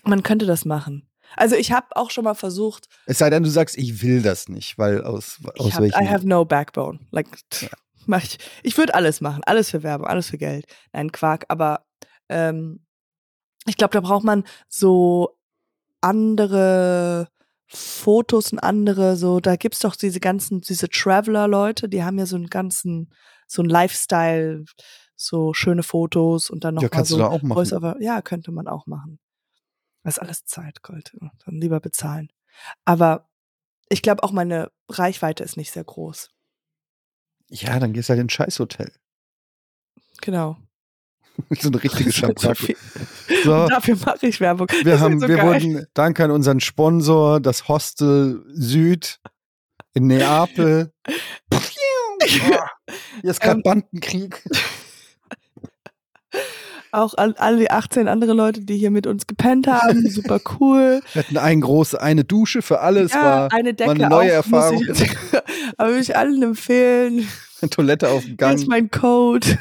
Speaker 2: man könnte das machen. Also ich habe auch schon mal versucht,
Speaker 1: Es sei denn, du sagst, ich will das nicht, weil aus,
Speaker 2: Ich
Speaker 1: aus
Speaker 2: hab,
Speaker 1: welchen.
Speaker 2: I have no backbone. Like, tch, mach ich ich würde alles machen. Alles für Werbung, alles für Geld. Nein, Quark. Aber ähm, ich glaube, da braucht man so andere Fotos und andere, so, da gibt's doch diese ganzen, diese Traveler-Leute, die haben ja so einen ganzen, so einen Lifestyle, so schöne Fotos und dann noch
Speaker 1: ja,
Speaker 2: mal
Speaker 1: kannst du da
Speaker 2: so
Speaker 1: auch machen.
Speaker 2: Voice-Over. Ja, könnte man auch machen. Das ist alles Zeitgold. ne? Dann lieber bezahlen. Aber ich glaube auch meine Reichweite ist nicht sehr groß.
Speaker 1: Ja, dann gehst du halt in ein Scheißhotel.
Speaker 2: Genau.
Speaker 1: so eine richtige
Speaker 2: Das wird so
Speaker 1: Schabracke.
Speaker 2: viel.
Speaker 1: So,
Speaker 2: Dafür mache ich Werbung.
Speaker 1: wir,
Speaker 2: Das
Speaker 1: haben,
Speaker 2: wird so
Speaker 1: wir
Speaker 2: geil.
Speaker 1: wurden, danke an unseren Sponsor, das Hostel Süd in Neapel. Boah, Hier ist gerade
Speaker 2: Ähm.
Speaker 1: Bandenkrieg.
Speaker 2: auch an alle die 18 andere Leute, die hier mit uns gepennt haben. Super cool.
Speaker 1: Wir hatten ein große, eine Dusche für alle. Es war
Speaker 2: eine Decke
Speaker 1: eine neue
Speaker 2: auf, muss
Speaker 1: Erfahrung.
Speaker 2: Ich, aber würde ich allen empfehlen.
Speaker 1: eine Toilette auf dem
Speaker 2: Hier ist
Speaker 1: Gang.
Speaker 2: mein Code.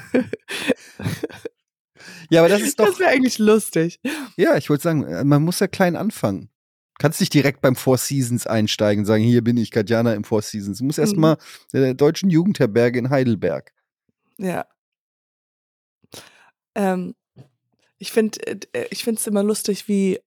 Speaker 1: Ja, aber das ist doch,
Speaker 2: Das wäre eigentlich lustig.
Speaker 1: ja, ich wollte sagen, man muss ja klein anfangen. Kannst nicht direkt beim Four Seasons einsteigen und sagen, hier bin ich, Katjana im Four Seasons. Du musst
Speaker 2: Mhm.
Speaker 1: erstmal der deutschen Jugendherberge in Heidelberg.
Speaker 2: Ja. Ähm, Ich finde ich find's immer lustig, wie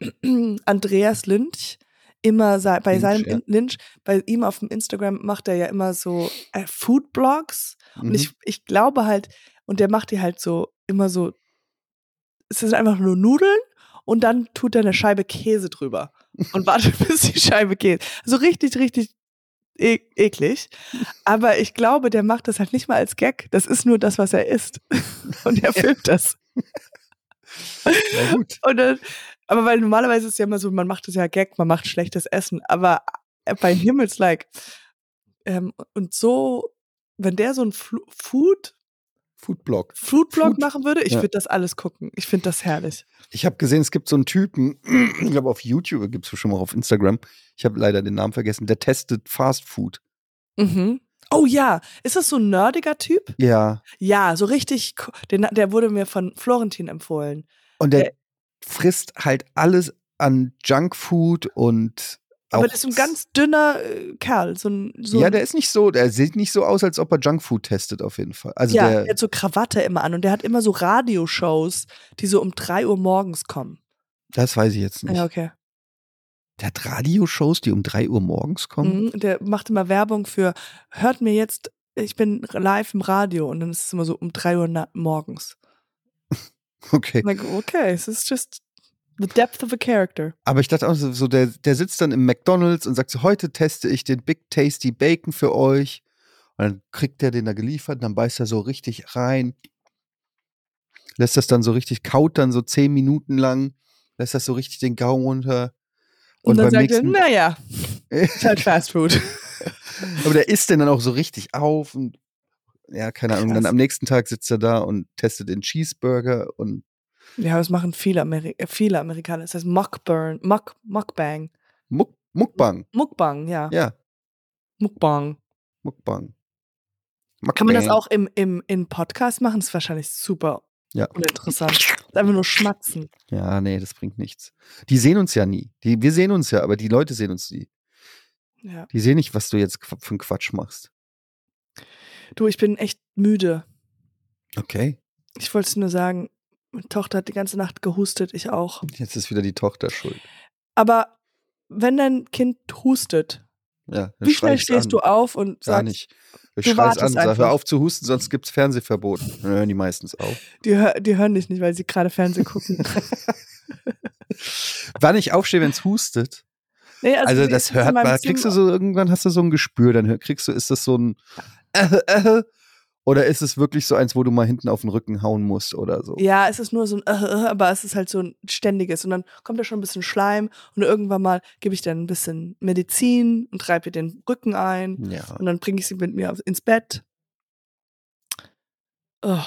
Speaker 2: Andreas Lynch immer sei- bei
Speaker 1: Lynch,
Speaker 2: seinem
Speaker 1: ja.
Speaker 2: In- Lynch, bei ihm auf dem Instagram macht er ja immer so äh, Foodblogs
Speaker 1: Mhm.
Speaker 2: und ich, ich glaube halt, und der macht die halt so immer so, es sind einfach nur Nudeln und dann tut er eine Scheibe Käse drüber und wartet, bis die Scheibe Käse. So richtig, richtig e eklig. Aber ich glaube, der macht das halt nicht mal als Gag. Das ist nur das, was er isst. Und er filmt das.
Speaker 1: Na gut.
Speaker 2: Und dann, aber weil normalerweise ist es ja immer so, man macht das ja Gag, man macht schlechtes Essen. Aber äh, bei Himmels like. Ähm, und so, wenn der so ein Flu Food
Speaker 1: Foodblog.
Speaker 2: Foodblog
Speaker 1: Food.
Speaker 2: machen würde, ich
Speaker 1: Ja.
Speaker 2: würde das alles gucken. Ich finde das herrlich.
Speaker 1: Ich habe gesehen, es gibt so einen Typen, ich glaube auf YouTube, gibt es schon mal auf Instagram, ich habe leider den Namen vergessen, der testet Fast Food.
Speaker 2: Mhm. Oh ja, ist das so ein nerdiger Typ?
Speaker 1: Ja.
Speaker 2: Ja, so richtig. co- Den, der wurde mir von Florentin empfohlen.
Speaker 1: Und der
Speaker 2: Äh.
Speaker 1: frisst halt alles an Junkfood und auch
Speaker 2: Aber das ist ein ganz dünner äh, Kerl. So ein, so
Speaker 1: ja,
Speaker 2: ein,
Speaker 1: der ist nicht so, der sieht nicht so aus, als ob er Junkfood testet auf jeden Fall. Also
Speaker 2: ja,
Speaker 1: der,
Speaker 2: der hat so Krawatte immer an und der hat immer so Radioshows, die so um 3 Uhr morgens kommen.
Speaker 1: das weiß ich jetzt nicht.
Speaker 2: Ja, okay.
Speaker 1: Der hat Radioshows, die um 3 Uhr morgens kommen.
Speaker 2: Mhm, der macht immer Werbung für, hört mir jetzt, ich bin live im Radio und dann ist es immer so um 3 Uhr na- morgens.
Speaker 1: Okay.
Speaker 2: Like, okay, es ist just the depth of a character.
Speaker 1: Aber ich dachte auch so, so der, der sitzt dann im McDonalds und sagt so, heute teste ich den Big Tasty Bacon für euch. Und dann kriegt der den da geliefert, und dann beißt er so richtig rein. Lässt das dann so richtig, kaut dann so 10 Minuten lang, lässt das so richtig den Gaumen runter.
Speaker 2: Und, dann
Speaker 1: beim
Speaker 2: sagt er,
Speaker 1: nächsten-
Speaker 2: naja, ist halt Fast Food.
Speaker 1: Aber der isst den dann auch so richtig auf und ja, keine Ahnung.
Speaker 2: Krass.
Speaker 1: Dann am nächsten Tag sitzt er da und testet den Cheeseburger und
Speaker 2: ja, das machen viele, Ameri äh, viele Amerikaner. Das heißt Mockburn, Mock, Mockbang.
Speaker 1: Muck, Muckbang.
Speaker 2: Muckbang, ja.
Speaker 1: Ja,
Speaker 2: Muckbang.
Speaker 1: Muckbang.
Speaker 2: Kann man das
Speaker 1: Mukbang.
Speaker 2: auch im, im, in Podcast machen? Das ist wahrscheinlich super
Speaker 1: Ja.
Speaker 2: uninteressant. Das ist einfach nur schmatzen.
Speaker 1: Ja, nee, das bringt nichts. Die sehen uns ja nie. Die, wir sehen uns ja, aber die Leute sehen uns nie.
Speaker 2: Ja.
Speaker 1: Die sehen nicht, was du jetzt qu- für einen Quatsch machst.
Speaker 2: Du, ich bin echt müde.
Speaker 1: Okay.
Speaker 2: Ich wollte es nur sagen, meine Tochter hat die ganze Nacht gehustet, ich auch.
Speaker 1: Jetzt ist wieder die Tochter schuld.
Speaker 2: Aber wenn dein Kind hustet,
Speaker 1: Ja, dann
Speaker 2: wie schnell
Speaker 1: schreist
Speaker 2: stehst
Speaker 1: an.
Speaker 2: du auf und
Speaker 1: Gar
Speaker 2: sagst,
Speaker 1: nicht. Ich
Speaker 2: Du
Speaker 1: schreis
Speaker 2: wartest
Speaker 1: an, sag, hör
Speaker 2: einfach.
Speaker 1: auf zu husten, sonst gibt's Fernsehverbot. Dann hören die meistens auf.
Speaker 2: die, hör, die hören dich nicht, weil sie gerade Fernsehen gucken.
Speaker 1: Wann ich aufstehe, wenn's hustet.
Speaker 2: Nee,
Speaker 1: Also,
Speaker 2: sie
Speaker 1: das
Speaker 2: ist immer
Speaker 1: hört
Speaker 2: ein
Speaker 1: man.
Speaker 2: bisschen-
Speaker 1: Kriegst du so irgendwann hast du so ein Gespür, dann hör- kriegst du, ist das so ein äh, äh, oder ist es wirklich so eins, wo du mal hinten auf den Rücken hauen musst oder so?
Speaker 2: Ja, es ist nur so ein, äh, äh, aber es ist halt so ein ständiges. Und dann kommt da schon ein bisschen Schleim und irgendwann mal gebe ich dann ein bisschen Medizin und reibe ihr den Rücken ein.
Speaker 1: ja.
Speaker 2: Und dann bringe ich sie mit mir auf- ins Bett. Oh,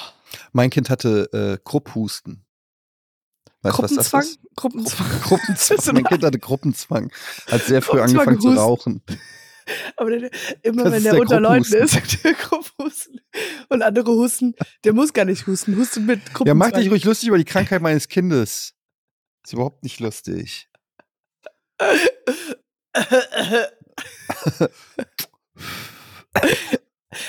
Speaker 1: Mein Kind hatte äh, Krupphusten. Weißt du, was das
Speaker 2: Gruppenzwang?
Speaker 1: ist?
Speaker 2: Gruppenzwang. Das ist
Speaker 1: Gruppenzwang. mein Kind hatte Gruppenzwang. Hat sehr früh
Speaker 2: Gruppenzwang
Speaker 1: angefangen zu
Speaker 2: husten.
Speaker 1: rauchen.
Speaker 2: Aber der, immer
Speaker 1: Das
Speaker 2: wenn
Speaker 1: ist
Speaker 2: der,
Speaker 1: der
Speaker 2: unter Leuten
Speaker 1: Grupphusten.
Speaker 2: ist, der Grupphusten und andere husten, der muss gar nicht husten. Husten mit Gruppenzwang.
Speaker 1: Ja, mach dich ruhig lustig über die Krankheit meines Kindes. Ist überhaupt nicht lustig.
Speaker 2: Okay,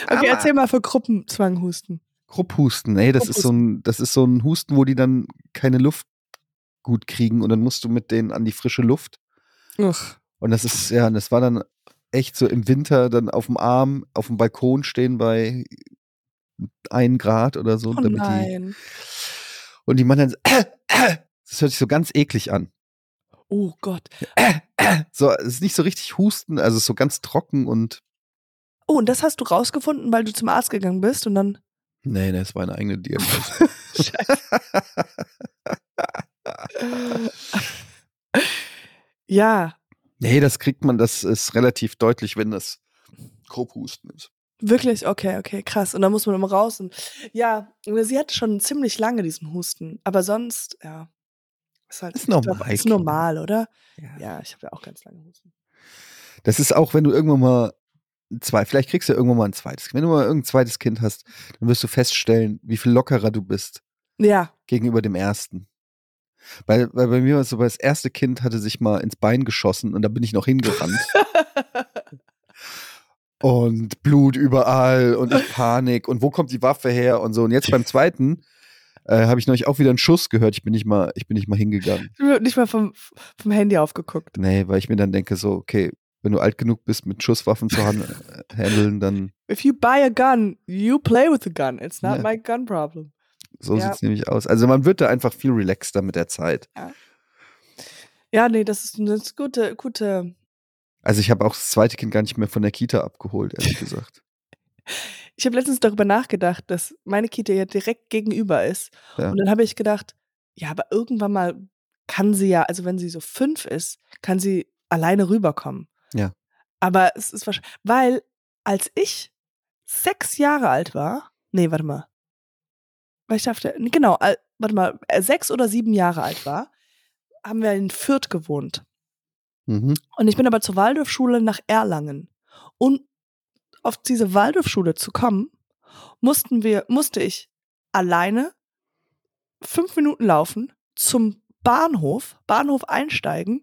Speaker 1: Aber-
Speaker 2: erzähl mal für Gruppenzwang husten.
Speaker 1: Krupphusten, ey, das ist so ein, das ist so ein Husten, wo die dann keine Luft gut kriegen und dann musst du mit denen an die frische Luft.
Speaker 2: Uch.
Speaker 1: Und das ist, ja, und das war dann echt so im Winter dann auf dem Arm, auf dem Balkon stehen bei 1 Grad oder so,
Speaker 2: Oh
Speaker 1: damit die
Speaker 2: nein.
Speaker 1: Und die machen dann so, das hört sich so ganz eklig an.
Speaker 2: Oh Gott.
Speaker 1: So, es ist nicht so richtig husten, also es ist so ganz trocken und.
Speaker 2: Oh, und das hast du rausgefunden, weil du zum Arzt gegangen bist und dann.
Speaker 1: Nee, das war eine eigene Diagnose.
Speaker 2: äh, Ja,
Speaker 1: nee, das kriegt man, das ist relativ deutlich, wenn das grob husten ist.
Speaker 2: wirklich, okay, okay, krass. Und dann muss man immer raus. Und, ja, sie hatte schon ziemlich lange diesen Husten, aber sonst, ja. Ist halt
Speaker 1: Ist
Speaker 2: ich
Speaker 1: normal,
Speaker 2: glaub, Ist
Speaker 1: Kinder.
Speaker 2: normal, oder? Ja, ich habe ja auch ganz lange Husten.
Speaker 1: Das ist auch, wenn du irgendwann mal ein zwei, vielleicht kriegst du ja irgendwann mal ein zweites Kind. Wenn du mal irgendein zweites Kind hast, dann wirst du feststellen, wie viel lockerer du bist
Speaker 2: Ja,
Speaker 1: gegenüber dem ersten. Weil, weil bei mir war es so, weil das erste Kind hatte sich mal ins Bein geschossen und da bin ich noch hingerannt. und Blut überall und ich Panik und wo kommt die Waffe her und so. Und jetzt beim zweiten äh, habe ich neulich auch wieder einen Schuss gehört. Ich bin nicht mal, ich bin nicht mal hingegangen.
Speaker 2: Ich hab Nicht mal vom, vom Handy aufgeguckt.
Speaker 1: Nee, weil ich mir dann denke, so, okay, wenn du alt genug bist, mit Schusswaffen zu han äh, handeln, dann
Speaker 2: If you buy a gun, you play with a gun. It's not
Speaker 1: Ja.
Speaker 2: my gun problem.
Speaker 1: so
Speaker 2: Ja.
Speaker 1: sieht's nämlich aus. Also man wird da einfach viel relaxter mit der Zeit.
Speaker 2: Ja, nee, das ist eine gute, gute.
Speaker 1: Also ich habe auch das zweite Kind gar nicht mehr von der Kita abgeholt, ehrlich gesagt.
Speaker 2: Ich habe letztens darüber nachgedacht, dass meine Kita ja direkt gegenüber ist.
Speaker 1: Ja.
Speaker 2: Und dann habe ich gedacht, ja, aber irgendwann mal kann sie ja, also wenn sie so fünf ist, kann sie alleine rüberkommen.
Speaker 1: Ja.
Speaker 2: Aber es ist wahrscheinlich, weil als ich sechs Jahre alt war, nee, warte mal, weil ich dachte, genau, al- warte mal, äh, sechs oder sieben Jahre alt war, haben wir in Fürth gewohnt.
Speaker 1: Mhm.
Speaker 2: Und ich bin aber zur Waldorfschule nach Erlangen. Und auf diese Waldorfschule zu kommen, mussten wir, musste ich alleine fünf Minuten laufen zum Bahnhof, Bahnhof einsteigen,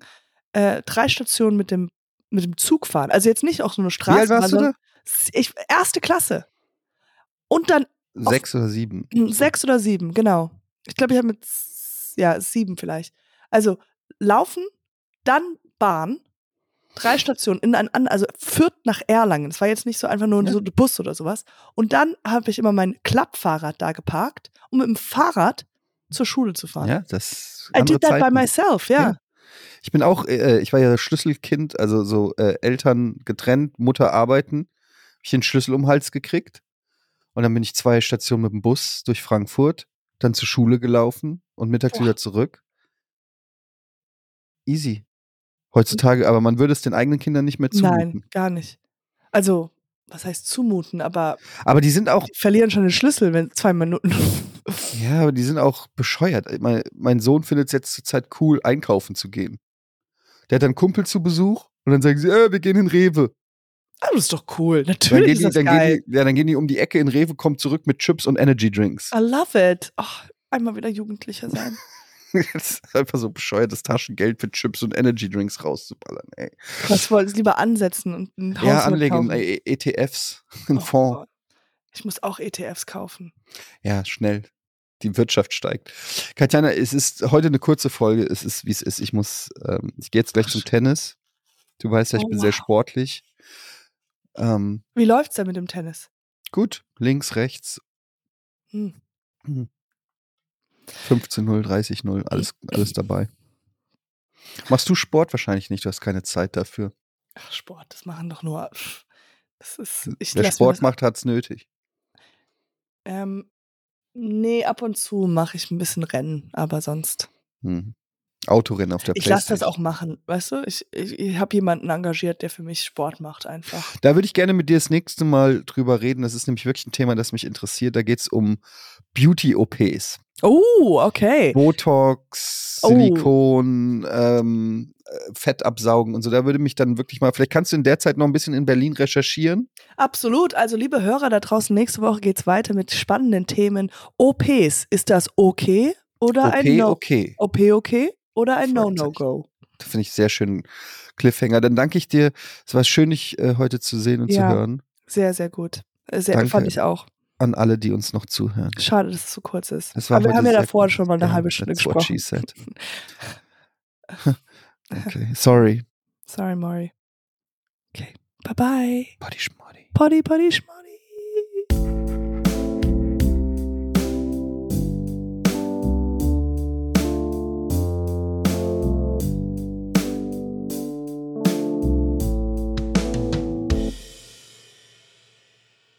Speaker 2: äh, drei Stationen mit dem, mit dem Zug fahren. Also jetzt nicht auf so eine
Speaker 1: Wie
Speaker 2: Straße.
Speaker 1: alt warst du da?
Speaker 2: Ich, erste Klasse. Und dann Auf-
Speaker 1: Sechs oder sieben.
Speaker 2: hm, Sechs oder sieben, genau. Ich glaube, ich habe mit s- ja, sieben vielleicht. Also laufen, dann Bahn, drei Stationen in ein an, also Fürth nach Erlangen. Es war jetzt nicht so einfach nur
Speaker 1: Ja.
Speaker 2: so ein Bus oder sowas. Und dann habe ich immer mein Klappfahrrad da geparkt, um mit dem Fahrrad zur Schule zu fahren.
Speaker 1: Ja, das
Speaker 2: I did
Speaker 1: andere
Speaker 2: that by
Speaker 1: Zeiten.
Speaker 2: myself, ja.
Speaker 1: Ja. Ich bin auch, äh, ich war ja das Schlüsselkind, also so äh, Eltern getrennt, Mutter arbeiten. Hab ich den Schlüssel um den Hals gekriegt. Und dann bin ich zwei Stationen mit dem Bus durch Frankfurt, dann zur Schule gelaufen und mittags
Speaker 2: Boah.
Speaker 1: wieder zurück. Easy. Heutzutage, aber man würde es den eigenen Kindern nicht mehr zumuten.
Speaker 2: Nein, gar nicht. Also, was heißt zumuten, aber
Speaker 1: Aber die sind auch,
Speaker 2: die verlieren schon den Schlüssel, wenn zwei Minuten.
Speaker 1: ja, aber die sind auch bescheuert. Ich Mein, mein Sohn findet es jetzt zur Zeit cool, einkaufen zu gehen. Der hat dann einen Kumpel zu Besuch und dann sagen sie, äh, wir gehen in Rewe.
Speaker 2: Ah, das ist doch cool.
Speaker 1: Dann
Speaker 2: Natürlich
Speaker 1: gehen,
Speaker 2: ist
Speaker 1: die,
Speaker 2: das
Speaker 1: dann,
Speaker 2: geil.
Speaker 1: gehen die, ja, dann gehen die um die Ecke in Rewe, kommen zurück mit Chips und Energy Drinks.
Speaker 2: I love it. Ach, einmal wieder Jugendlicher sein.
Speaker 1: das ist einfach so bescheuert, das Taschengeld für Chips und Energy Drinks rauszuballern. Ey.
Speaker 2: Was wolltest du lieber ansetzen und ein Haus
Speaker 1: Ja, anlegen in
Speaker 2: kaufen?
Speaker 1: E- ETFs, in
Speaker 2: Oh
Speaker 1: Fonds.
Speaker 2: Gott. Ich muss auch ETFs kaufen.
Speaker 1: Ja, schnell. Die Wirtschaft steigt. Katjana, es ist heute eine kurze Folge. Es ist, wie es ist. Ich muss, ähm, ich gehe jetzt gleich zum Tennis. Du weißt ja, ich
Speaker 2: Oh,
Speaker 1: bin sehr
Speaker 2: wow.
Speaker 1: sportlich. Ähm,
Speaker 2: Wie läuft's denn mit dem Tennis?
Speaker 1: gut, links, rechts,
Speaker 2: Hm.
Speaker 1: 15-0, 30-0, alles, alles dabei. Machst du Sport wahrscheinlich nicht, du hast keine Zeit dafür.
Speaker 2: Ach, Sport, das machen doch nur. pff, Das ist. Ich
Speaker 1: Wer
Speaker 2: lass mir
Speaker 1: Sport
Speaker 2: das,
Speaker 1: macht, hat's nötig.
Speaker 2: Ähm, nee, ab und zu mache ich ein bisschen Rennen, aber sonst.
Speaker 1: Hm. Autorennen auf der
Speaker 2: Ich lasse das
Speaker 1: Playstation.
Speaker 2: auch machen, weißt du? Ich, ich, ich habe jemanden engagiert, der für mich Sport macht, einfach.
Speaker 1: Da würde ich gerne mit dir das nächste Mal drüber reden. Das ist nämlich wirklich ein Thema, das mich interessiert. Da geht's um Beauty-OPs.
Speaker 2: Oh, okay.
Speaker 1: Botox,
Speaker 2: Oh.
Speaker 1: Silikon, ähm, äh, Fett absaugen und so. Da würde mich dann wirklich mal, vielleicht kannst du in der Zeit noch ein bisschen in Berlin recherchieren.
Speaker 2: Absolut. Also, liebe Hörer da draußen, nächste Woche geht's weiter mit spannenden Themen. OPs, ist das okay oder ein
Speaker 1: Okay,
Speaker 2: No?
Speaker 1: okay.
Speaker 2: OP okay oder ein No-No-Go?
Speaker 1: Das finde ich sehr schön. Cliffhanger. Dann danke ich dir. Es war schön, dich äh, heute zu sehen und
Speaker 2: Ja.
Speaker 1: zu hören.
Speaker 2: Sehr, sehr gut. Äh, Sehr,
Speaker 1: Danke.
Speaker 2: Fand ich auch.
Speaker 1: An alle, die uns noch zuhören.
Speaker 2: Schade, dass es so kurz ist.
Speaker 1: Das war
Speaker 2: Aber wir
Speaker 1: heute
Speaker 2: haben ja
Speaker 1: sehr
Speaker 2: davor
Speaker 1: kurz.
Speaker 2: schon mal eine
Speaker 1: Ja,
Speaker 2: halbe Stunde
Speaker 1: that's what she
Speaker 2: gesprochen.
Speaker 1: said. Okay, sorry.
Speaker 2: Sorry, Maury. Okay. Bye-bye.
Speaker 1: Body schmoddy.
Speaker 2: Potty, potty, schmoddy.